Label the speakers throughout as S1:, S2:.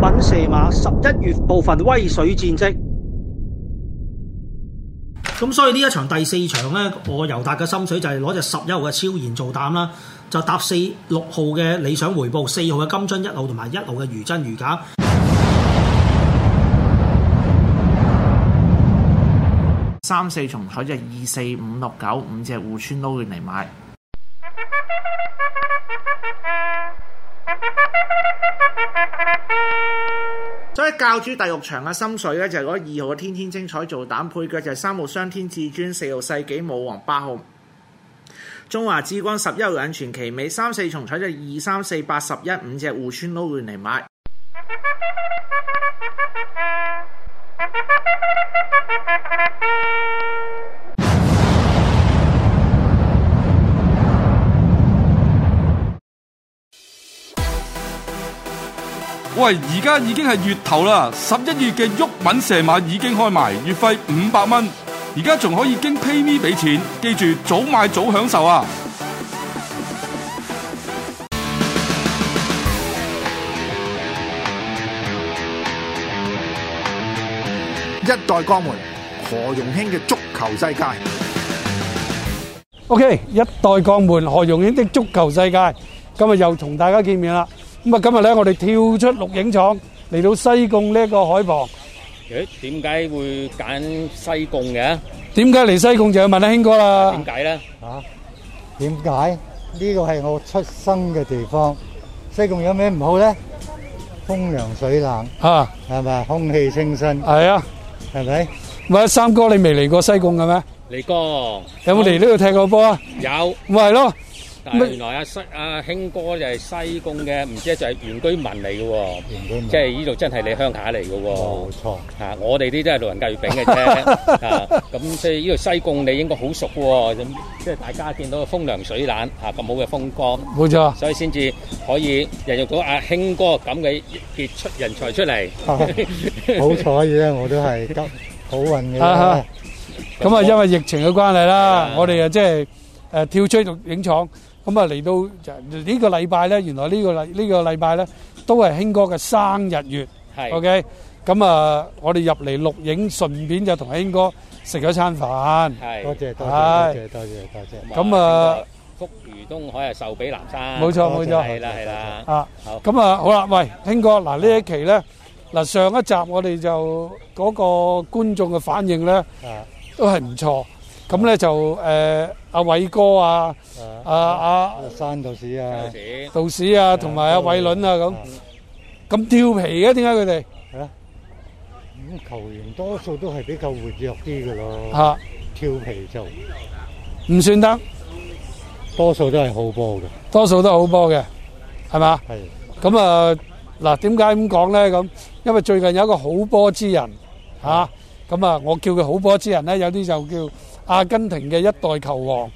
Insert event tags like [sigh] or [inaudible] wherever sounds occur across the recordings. S1: 品射馬十一月部分威水戰績。咁所以呢一場第四場呢，我尤達嘅心水就係攞只十一號嘅超然做膽啦，就搭四六號嘅理想回報，四號嘅金樽一路同埋一路嘅如真如假。
S2: 三四重彩就二四五六九五隻互村撈亂嚟買。所以教主第六場嘅心水咧，就係嗰二號嘅天天精彩做膽配腳，就係三號雙天至尊，四號世紀武王，八號中華之光，十一號隱傳奇美，三四重彩就二三四八十一五隻互村撈亂嚟買。
S3: 喂，而家已經係月頭啦，十一月嘅沃敏射馬已經開埋，月費五百蚊，而家仲可以經 PayMe 俾錢，記住早買早享受啊！
S4: 一代江門何容興嘅足球世界，
S5: OK，一代降門何容興的足球世界，今日又同大家見面啦。咁啊，今日咧我哋跳出錄影廠，嚟到西貢呢一個海旁。
S6: 咦，點解會揀西貢嘅？
S5: 點解嚟西貢就要問阿興哥啦
S6: 點？解咧？
S7: 點解？呢個係我出生嘅地方，西貢有咩唔好呢？風涼水冷
S5: 啊，
S7: 係咪？空氣清新
S5: 係啊。
S7: 係咪？
S5: 喂，三哥你未嚟過西貢嘅咩？
S6: 你哥
S5: 有冇嚟呢度踢過波啊？
S6: 有，
S5: 咪係咯，
S6: 但係原來阿西阿興哥就係西貢嘅，唔知就係原居民嚟嘅喎，
S7: 原居民
S6: 即係呢度真係你鄉下嚟嘅喎
S7: 冇。錯，
S6: 嚇！我哋啲真係老人家月餅嘅啫，嚇！咁所以呢度西貢你應該好熟喎，咁即係大家見到風涼水冷嚇咁好嘅風光，
S5: 冇錯。
S6: 所以先至可以孕育到阿興哥咁嘅傑出人才出嚟。
S7: [laughs] 好彩啫，我都
S5: [laughs]
S7: 係得好運嘅
S5: 啊
S7: 啦。
S5: 咁啊，因為疫情嘅關係啦
S6: 係啊，
S5: 我哋啊即係誒跳出錄影廠，咁啊嚟到呢個禮拜咧，原來呢個禮呢個禮拜咧都係興哥嘅生日月。
S6: 係
S5: OK，咁啊，我哋入嚟錄影，順便就同興哥食咗餐飯。
S6: 係
S7: 多謝多謝多
S5: 唉
S7: 謝多謝多謝，
S5: 咁啊，
S6: 福如東海啊，壽比南山。
S5: 冇錯冇
S7: 多謝
S5: 錯
S6: 係啦係啦，
S5: 啊
S6: 好，
S5: 咁啊好啦，喂，興哥，嗱呢一期咧，嗱上一集我哋就嗰個觀眾嘅反應咧
S7: 啊
S5: 都係唔錯，咁咧就誒阿偉哥啊，啊啊
S7: 山道士
S6: 有
S7: 啊，
S6: 時
S5: 道士啊，同埋阿偉倫啊咁，咁調皮嘅點解佢哋
S7: 咁球員多數都係比較活躍啲嘅咯，
S5: 嚇
S7: 跳皮就
S5: 唔算得，
S7: 多數都係好波嘅，
S5: 多數都係好波嘅，係嘛？
S7: 係
S5: 咁啊嗱，點解咁講咧？咁因為最近有一個好波之人嚇，咁啊，我叫佢好波之人咧，有啲就叫阿根廷嘅一代球王，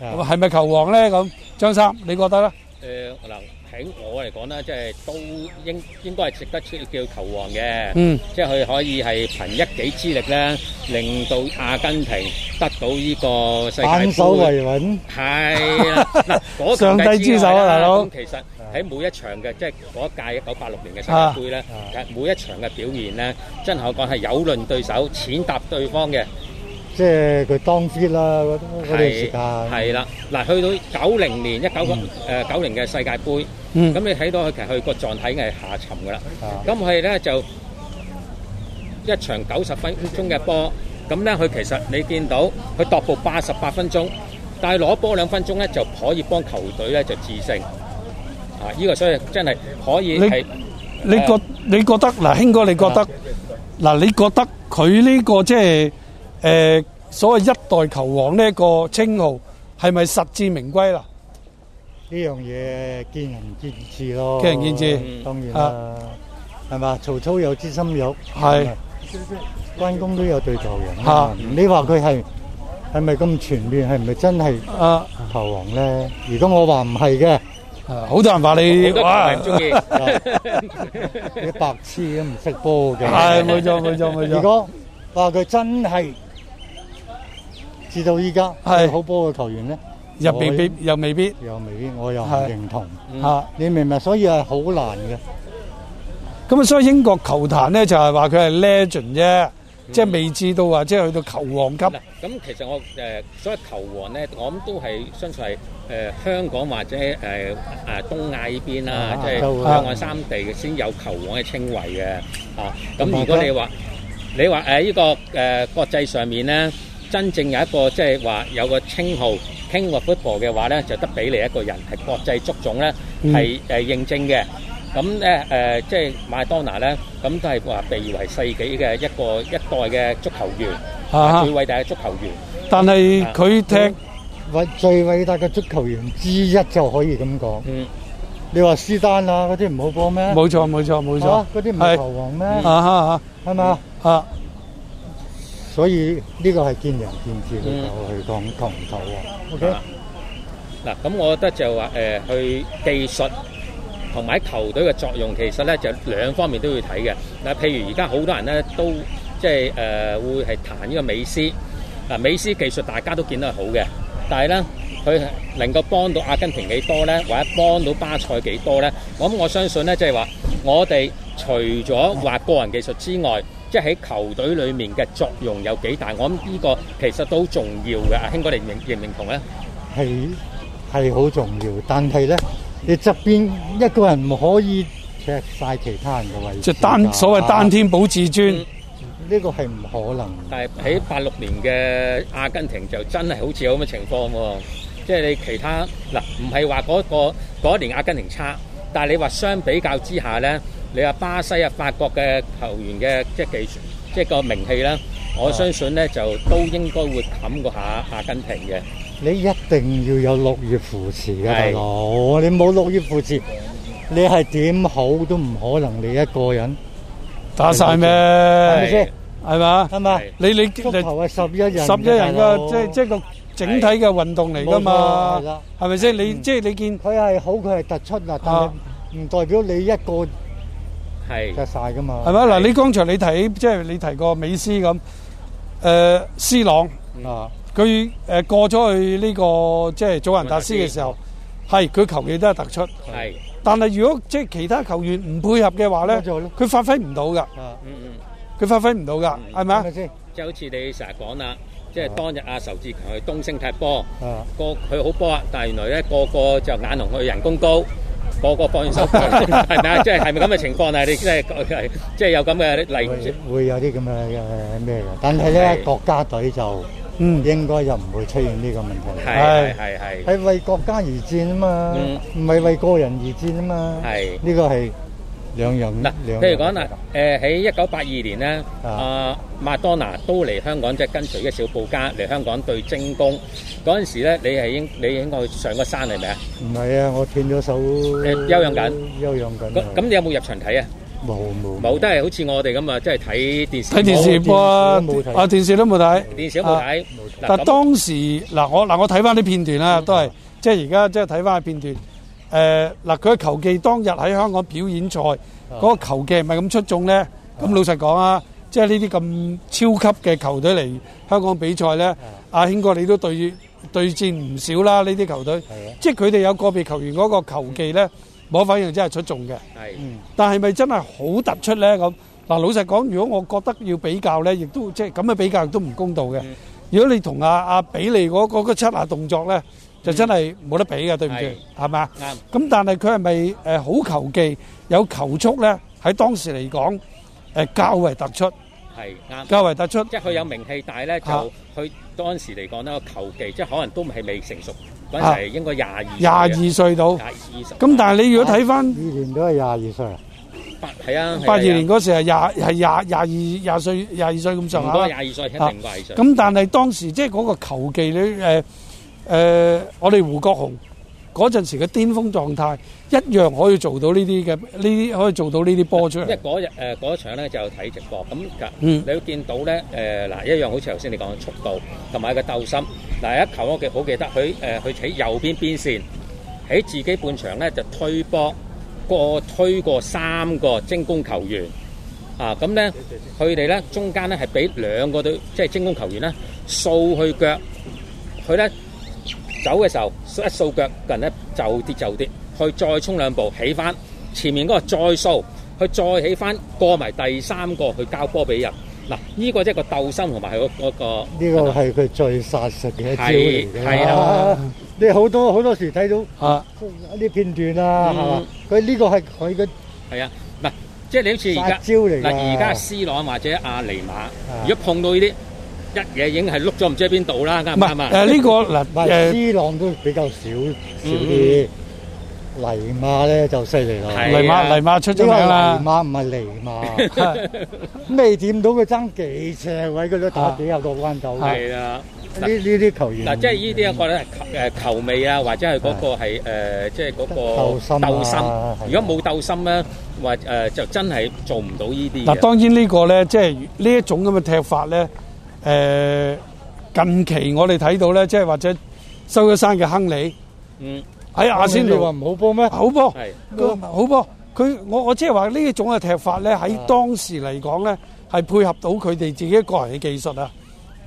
S5: 咁
S7: 啊
S5: 係咪球王咧？咁張三，你覺得咧？
S6: 誒嗱，喺我嚟講咧，即係都應應該係值得叫球王嘅，
S5: 嗯，
S6: 即係佢可以係憑一己之力咧，令到阿根廷得到呢個世界
S7: 反手
S6: 盃。
S7: 維穩。
S6: 係啦，嗱，嗰
S5: 上帝之手啊大佬
S6: 咁其實喺每一場嘅，即係嗰一屆一九八六年嘅世界盃咧，其實每一場嘅表現咧，真係我講係有論對手，踐踏對方嘅。
S7: 即係佢當 fit 啦，嗰嗰段時間
S6: 係啦，嗱，去到九零年一九誒九零嘅世界盃，
S5: 嗯
S6: 咁你睇到佢其實佢個狀態已經係下沉噶啦。
S7: 啊
S6: 咁佢咧就一場九十分鐘嘅波，咁咧佢其實你見到佢踱步八十八分鐘，但係攞波兩分鐘咧就可以幫球隊咧就致勝。啊！呢個所以真係可以
S5: 你
S6: 係
S5: 你覺你覺得嗱，興哥你覺得嗱，你覺得佢呢個即係誒所謂一代球王呢一個稱號係咪實至名歸啦？
S7: 呢樣嘢見仁見智咯，
S5: 見仁見智
S7: 嗯當然啦，係嘛？曹操有知心友，
S5: 係
S7: 咪關公都有對頭人
S5: 啊
S7: 啊！你話佢係係咪咁全面？係咪真係
S5: 啊，
S7: 球王咧？如果我話唔係嘅，
S5: 啊好多人話你
S6: 好多球
S5: 哇
S6: 迷唔，中
S5: [laughs]
S6: 意。
S7: 你白痴都唔識波嘅。
S5: 係冇錯冇錯冇 [laughs]
S7: 如
S5: 錯，
S7: 果話佢真係至到依家
S5: 係
S7: 係好波嘅球員咧，
S5: 又未必又未必
S7: 又未必，我又唔
S5: 係
S6: 嗯
S7: 認同。
S5: 嚇。
S7: 你明唔明？所以係好難嘅。
S5: 咁啊，所以英國球壇咧就係話佢係 legend 啫，
S7: 嗯
S5: 即係未至到話即係去到球王級
S6: 嗱，咁其實我誒、呃所謂球王咧，我諗都係相信係誒、呃香港或者誒誒、呃、東亞呢邊啦，
S7: 啊
S6: 即係
S7: 都會
S6: 兩岸三地先有球王嘅稱謂嘅啊。咁如果
S7: 而家
S6: 你話你話誒呢個誒、呃、國際上面咧，真正有一個即係話有個稱號 King of Football 嘅話咧，就得俾你一個人係國際足總咧係誒認證嘅。咁咧誒，即係麥當娜咧，咁都係話被譽為世紀嘅一個一代嘅足球員。
S5: 啊
S7: 嗯
S6: 最！偉大嘅足球員，
S5: 但係佢踢
S7: 偉最偉大嘅足球員之一就可以咁講。
S6: 嗯，
S7: 你話斯丹啊嗰啲唔好波咩？
S5: 冇錯冇錯冇錯
S7: 啊，嗰啲唔係
S5: 係
S7: 球王咩？
S6: 嗯
S5: 啊啊
S7: 係嘛？
S5: 啊啊！
S7: 所以呢個係見仁見智嘅，
S6: 嗯
S7: 我去講球唔球王。OK，
S6: 啊嗱，咁我覺得就話誒、呃去技術同埋球隊嘅作用，其實咧就兩方面都要睇嘅。嗱，譬如而家好多人咧都即係誒、呃、會係彈呢個美斯，嗱，美斯技術大家都見得係好嘅，但係咧佢能夠幫到阿根廷幾多咧，或者幫到巴塞幾多咧？咁我相信咧，即係話我哋除咗話個人技術之外，即係喺球隊裡面嘅作用有幾大？我諗呢個其實都好重要嘅。阿興哥，你認認唔認同咧？
S7: 係係好重要，但係咧，你側邊一個人唔可以踢晒其他人嘅位置㗎。啊
S5: 就單所謂單天保至尊
S6: 嗯
S7: 呢個係唔可能嘅。
S6: 但係喺八六年嘅阿根廷就真係好似有咁嘅情況喎，即係你其他嗱唔係話嗰個嗰一年阿根廷差，但係你話相比較之下咧，你話巴西啊、法國嘅球員嘅即係技術，即係個名氣咧，我相信咧就都應該會冚過下阿根廷嘅。
S7: 你一定要有綠葉扶持
S6: 係
S7: 嘅，大佬。你冇綠葉扶持，你係點好都唔可能你一個人，
S5: 打晒咩？
S7: 係咪先？
S5: 係嘛？
S7: 嗯係嘛？
S6: 係
S5: 你你
S7: 足球係十一人，
S5: 十一人
S7: 大
S5: 嘅
S7: 佬
S5: 即即係個整體嘅運動嚟㗎
S7: 冇錯係
S5: 嘛
S7: 啦，嗯
S5: 係咪先？你即係你見
S7: 佢係好，佢係突出啊，但係
S5: 啊
S7: 唔代表你一個
S6: 係
S7: 踢晒噶嘛。
S5: 係咪？嗱，你剛才你提即係你提過美斯咁，誒斯朗
S7: 啊？
S5: 佢誒過咗去呢個即係祖雲達斯嘅時候，係佢球技都係突出，
S6: 係
S5: 但係如果即係其他球員唔配合嘅話咧，
S7: 咪就係咯
S5: 佢發揮唔到㗎，
S7: 啊，
S6: 嗯嗯。
S5: 佢發揮唔到㗎，係咪
S7: 係
S5: 啊
S7: 咪？先？
S6: 即係好似你成日講啦，即係當日阿仇志強去東升踢波
S7: 啊，
S6: 個佢好波啊，但係原來咧個個就眼紅佢人工高，個個放軟手腳，係咪啊？即係係咪咁嘅情況啊？你即係係即係有咁嘅例
S7: 會
S6: 子，
S7: 會有啲咁嘅嘅咩嘅，但係咧
S6: 係
S7: 國家隊就
S5: 嗯，
S7: 應該就唔會出現呢個問題。
S6: 係係係係
S7: 係為國家而戰啊嘛，
S6: 嗯
S7: 唔係為個人而戰啊嘛。
S6: 係。
S7: 呢個係兩樣
S6: 嗱，
S7: 兩
S6: 譬
S7: 樣
S6: 如講嗱，誒喺一九八二年咧，阿麥當娜都嚟香港，即係跟隨一小布加嚟香港對精工嗰陣時咧，你係應你應該上個山係咪啊？
S7: 唔係啊，我斷咗手
S6: 誒休養緊，
S7: 休養緊
S6: 咁
S7: 啊。
S6: 咁你有冇入場睇啊？
S7: 冇冇
S6: 冇，都係好似我哋咁啊，即係睇電視
S5: 睇電視播啊
S7: 冇電視都冇睇，
S5: 啊電視都冇睇。
S6: 電視有冇睇？嗱
S5: 但
S6: 咁嗯
S5: 當時嗱，我嗱我睇翻啲片段啦，都係即係而家即係睇翻片段。誒、嗱，佢嘅球技當日喺香港表演賽嗰、
S6: 嗯
S5: 個球技係咪咁出眾咧？咁、老實講啊，即係呢啲咁超級嘅球隊嚟香港比賽
S6: 嗯
S5: 咧，阿、興哥你都對對戰唔少啦，呢啲球隊，即係佢哋有個別球員嗰個球技咧，我反應真係出眾嘅。
S6: 係
S5: 但係咪真係好突出咧？咁嗱，老實講，如果我覺得要比較咧，亦都即係咁嘅比較亦都唔公道嘅。如果你同阿阿比利嗰嗰個七下動作咧，就真係冇得比嘅，對唔
S6: 係
S5: 住，係嘛？
S6: 啱
S5: 咁但係佢係咪誒好球技有球速咧？喺當時嚟講，誒較為突出，
S6: 係啱。
S5: 較為突出。
S6: 即係佢有名氣，但係咧就
S5: 啊
S6: 佢當時嚟講咧，個球技即係可能都係未成熟嗰
S5: 啊
S6: 陣時，應該廿二
S5: 廿二歲到，
S6: 廿二十。
S5: 咁但係你如果睇翻
S7: 二年都係廿二歲啊，
S6: 八係啊，
S5: 八二年嗰時係廿係廿廿二廿歲廿二歲咁
S6: 仲
S5: 上下
S6: 多
S5: 啦。
S6: 廿二歲，一定過廿二歲。
S5: 咁但係當時即係嗰個球技咧，誒、呃、我哋胡國雄嗰陣時嘅巔峰狀態，一樣可以做到呢啲嘅，呢啲可以做到呢啲波出
S6: 因為
S5: 嚟。
S6: 嗰日誒嗰場咧就睇直播，咁
S5: 嗯
S6: 你都見到咧誒嗱一樣，好似頭先你講嘅速度同埋個鬥心。嗱一球我記好記得，佢誒佢喺右邊邊線，喺自己半場咧就推波過推過三個精工球員啊，咁咧佢哋咧中間咧係俾兩個隊即係精工球員咧掃去腳，佢咧走嘅時候一掃腳，個人咧就跌就跌，佢再衝兩步起翻，前面嗰個再掃。佢再起翻過埋第三個去交波俾人。嗱，呢個即係個鬥心同埋佢嗰個
S7: 呢個係佢最殺食嘅一招嚟
S6: 係係
S7: 嘅
S6: 啊
S7: 啦。你好多好多時睇到
S5: 啊，
S7: 啲片段啊，係嘛？佢呢個係佢嘅
S6: 係啊，嗱，即係你好似而
S7: 殺
S6: 家
S7: 招嚟㗎。
S6: 嗱，而家 C 朗或者阿尼馬，如果碰到呢啲一嘢已經係碌咗唔知喺邊度啦，啱唔
S5: 唔係
S6: 啱啊？
S5: 誒
S7: [laughs]
S5: 呢個嗱
S7: 唔係
S5: 誒。
S7: C 朗都比較少少啲，尼馬咧就犀利啦。
S6: 係
S5: 黎馬黎馬出
S7: 呢個
S5: 咗名啦
S7: 尼，馬唔係尼
S5: [laughs]
S7: 馬，未掂到佢爭幾尺位，佢都打幾廿個彎球。
S5: 啊
S7: 呢
S6: 係啦，
S7: 呢啲球員
S6: 嗱，即係呢啲啊我覺得係球誒球味啊，或者係嗰個係誒，即係嗰個
S7: 鬥心啊
S6: 鬥
S7: 係
S6: 心。如果冇鬥心咧，或誒就真係做唔到呢啲
S5: 嗱，
S6: 嘅。
S5: 當然呢個咧，即係呢一種咁嘅踢法咧，誒、近期我哋睇到咧，即係或者收咗山嘅亨利
S6: 嗯，
S5: 喺阿仙
S7: 你
S5: 奴
S7: 話唔好波咩？
S5: 好波，
S6: 係
S5: 個好波，佢我我即係話呢一種嘅踢法咧，喺當時嚟講咧，係配合到佢哋自己個人嘅技術啊，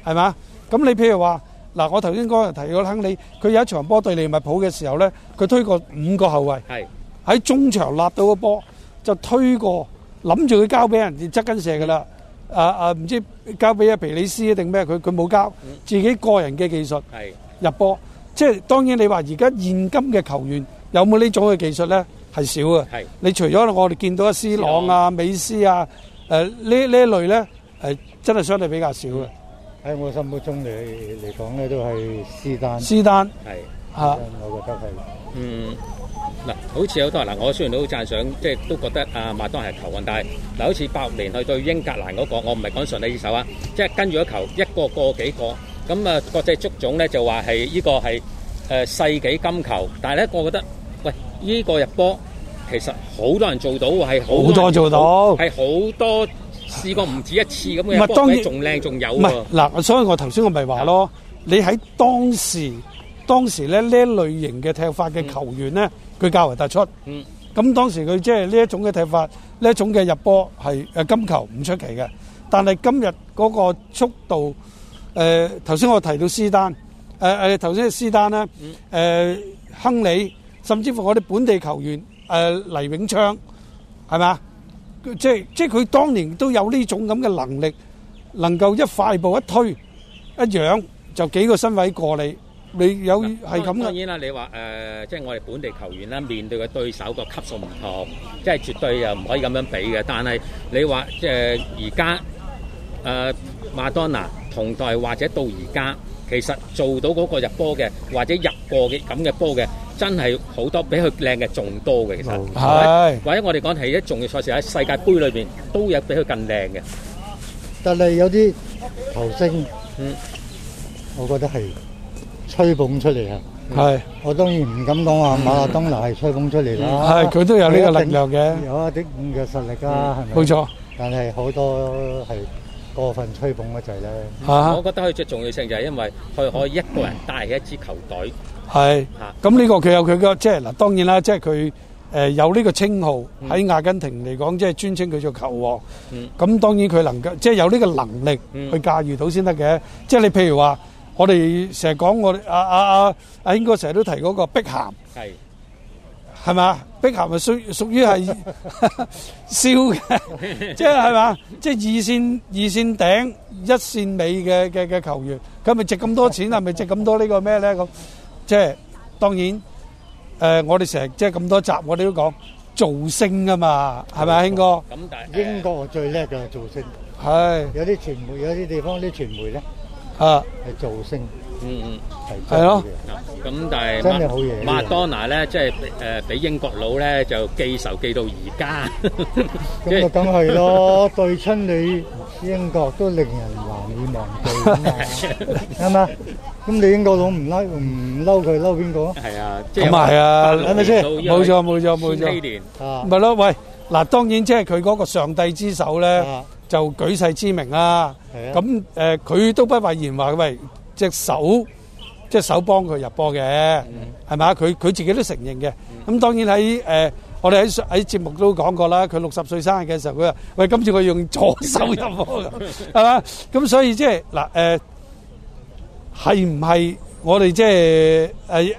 S5: 係嘛？咁你譬如話嗱，我頭先剛才提過亨利，佢有一場波對利物浦嘅時候咧，佢推過五個後衞。
S6: 係
S5: 喺中場立到個波，就推過，諗住佢交俾人哋側跟射噶啦。啊啊，唔知交俾阿皮里斯啊定咩？佢佢冇交，自己個人嘅技術
S6: 係
S5: 入波。即係當然你話而家現今嘅球員有冇呢種嘅技術咧？係少嘅。
S6: 係
S5: 你除咗我哋見到阿斯朗啊、美斯啊，誒呢呢一類咧，誒、真係相對比較少啊嘅。
S7: 喺我心目中嚟嚟講咧，都係斯丹。
S5: 斯丹
S6: 係。
S5: 嚇、啊
S7: 我覺得係
S6: 嗯，嗱，好似好多人嗱，我雖然都好讚賞，即係都覺得啊麥當係球運，但係嗱，好似八六年去對英格蘭嗰、個，我唔係講順你呢手啊，即係跟住個球一個個幾個，咁啊國際足總咧就話係呢個係誒、呃、世紀金球，但係咧我覺得喂呢、個入波其實好多人做到喎，係好人
S5: 好多做到
S6: 係好多試過唔止一次咁嘅
S5: 唔係
S6: 入波，
S5: 當然
S6: 而且仲靚仲有
S5: 唔
S6: 喎嗯
S5: 係，嗱，所以我頭先我咪話咯，你喺當時當時咧呢一類型嘅踢法嘅球員咧，佢較為突出。
S6: 嗯。
S5: 咁當時佢即係呢一種嘅踢法，呢一種嘅入波係誒金球唔出奇嘅。但係今日嗰個速度，誒頭先我提到斯丹，誒誒頭先嘅斯丹啦，誒、
S6: 嗯
S5: 亨利，甚至乎我哋本地球員誒、黎永昌，係咪啊？即係即係佢當年都有呢種咁嘅能力。能夠一快步一推一樣就幾個身位過你，你有
S6: [laughs]
S5: 係咁
S6: 當
S5: 嘅。
S6: 然啦，你話誒、即係我哋本地球員啦，面對嘅對手個級數唔同，即係絕對又唔可以咁樣比嘅。但係你話即係而家誒馬當娜同代或者到而家，其實做到嗰個入波嘅或者入過嘅咁嘅波嘅，真係好多比佢靚嘅仲多嘅。其實
S7: 冇錯
S5: 係
S6: 或者我哋講係一重要賽事喺世界盃裏邊都有比佢更靚嘅。
S7: 但係有啲球星，
S6: 嗯，
S7: 我覺得係吹捧出嚟啊！
S5: 係
S7: 我當然唔敢講
S5: [laughs]
S7: 話馬拉當拿係吹捧出嚟啦，
S5: 係，佢都有呢個力量嘅，嗯
S7: 有一啲咁嘅實力啊，係咪？
S5: 冇錯
S7: 但係好多係過分吹捧得滯咧。
S5: 嚇
S6: 我覺得佢最重要性就係因為佢可以一個人帶起一支球隊。
S5: 係。咁呢個佢有佢嘅即係嗱，當然啦，即係佢誒有呢個稱號喺阿根廷嚟講，即係專稱佢做球王。
S6: 嗯
S5: 咁當然佢能夠即係有呢個能力
S6: 嗯
S5: 去駕馭到先得嘅。即係你譬如話，我哋成日講我哋阿阿阿阿英哥成日都提嗰個碧咸。
S6: 係
S5: 係嘛？碧咸咪屬屬 [laughs] 於係 [laughs] 燒嘅，即係係嘛？即係二線二線頂一線尾嘅嘅嘅球員，佢係咪值咁多錢啊？係咪值咁多呢個咩咧？咁即係當然誒、呃我哋成日即係咁多集，我哋都講造星啊嘛，係咪啊，興哥？
S6: 咁，但係
S7: 英國最叻㗎造星，
S5: 係
S7: 有啲傳媒，有啲地方啲傳媒咧
S5: 啊，
S7: 係造星
S6: 嗯嗯。
S7: 係
S5: 係咯
S6: 啊咁但係
S7: 真係好嘢呢
S6: 麥
S7: 樣
S6: 當娜咧，即係誒俾英國佬咧就記仇記到而家，即
S7: 咁就
S6: 係
S7: 梗係咯， [laughs] 對親你英國都令人難以忘記㗎嘛，係嘛？咁你英國佬唔嬲唔嬲佢嬲邊個啊？
S6: 係啊，即
S5: 咁啊係啊，
S6: 八六
S7: 係咪先
S6: 到依家
S5: 冇錯冇錯冇
S6: 千禧
S5: 錯，
S6: 年
S7: 啊
S5: 咪咯喂嗱，當然即係佢嗰個上帝之手咧。
S7: 啊，
S5: 就舉世知名啦。
S7: 係啊
S5: 咁誒，佢、都不諱言話喂隻手隻手幫佢入波嘅，
S7: 嗯
S5: 係咪啊？佢佢自己都承認嘅。咁、當然喺誒、呃我哋喺上喺節目都講過啦。佢六十歲生日嘅時候，佢話：喂，今次我用左手入波
S7: [laughs]
S5: 㗎，係嘛？咁所以即係嗱誒，係唔係我哋即係呃誒？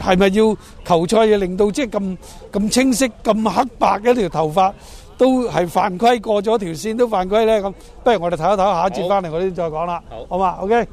S5: 係咪要球賽要令到即係咁咁清晰、咁黑白嘅一條頭髮？都係犯規過咗條線都犯規咧？咁不如我哋睇一睇下一節
S6: 好
S5: 翻嚟，我哋再講啦
S6: 好，
S5: 好嘛？OK。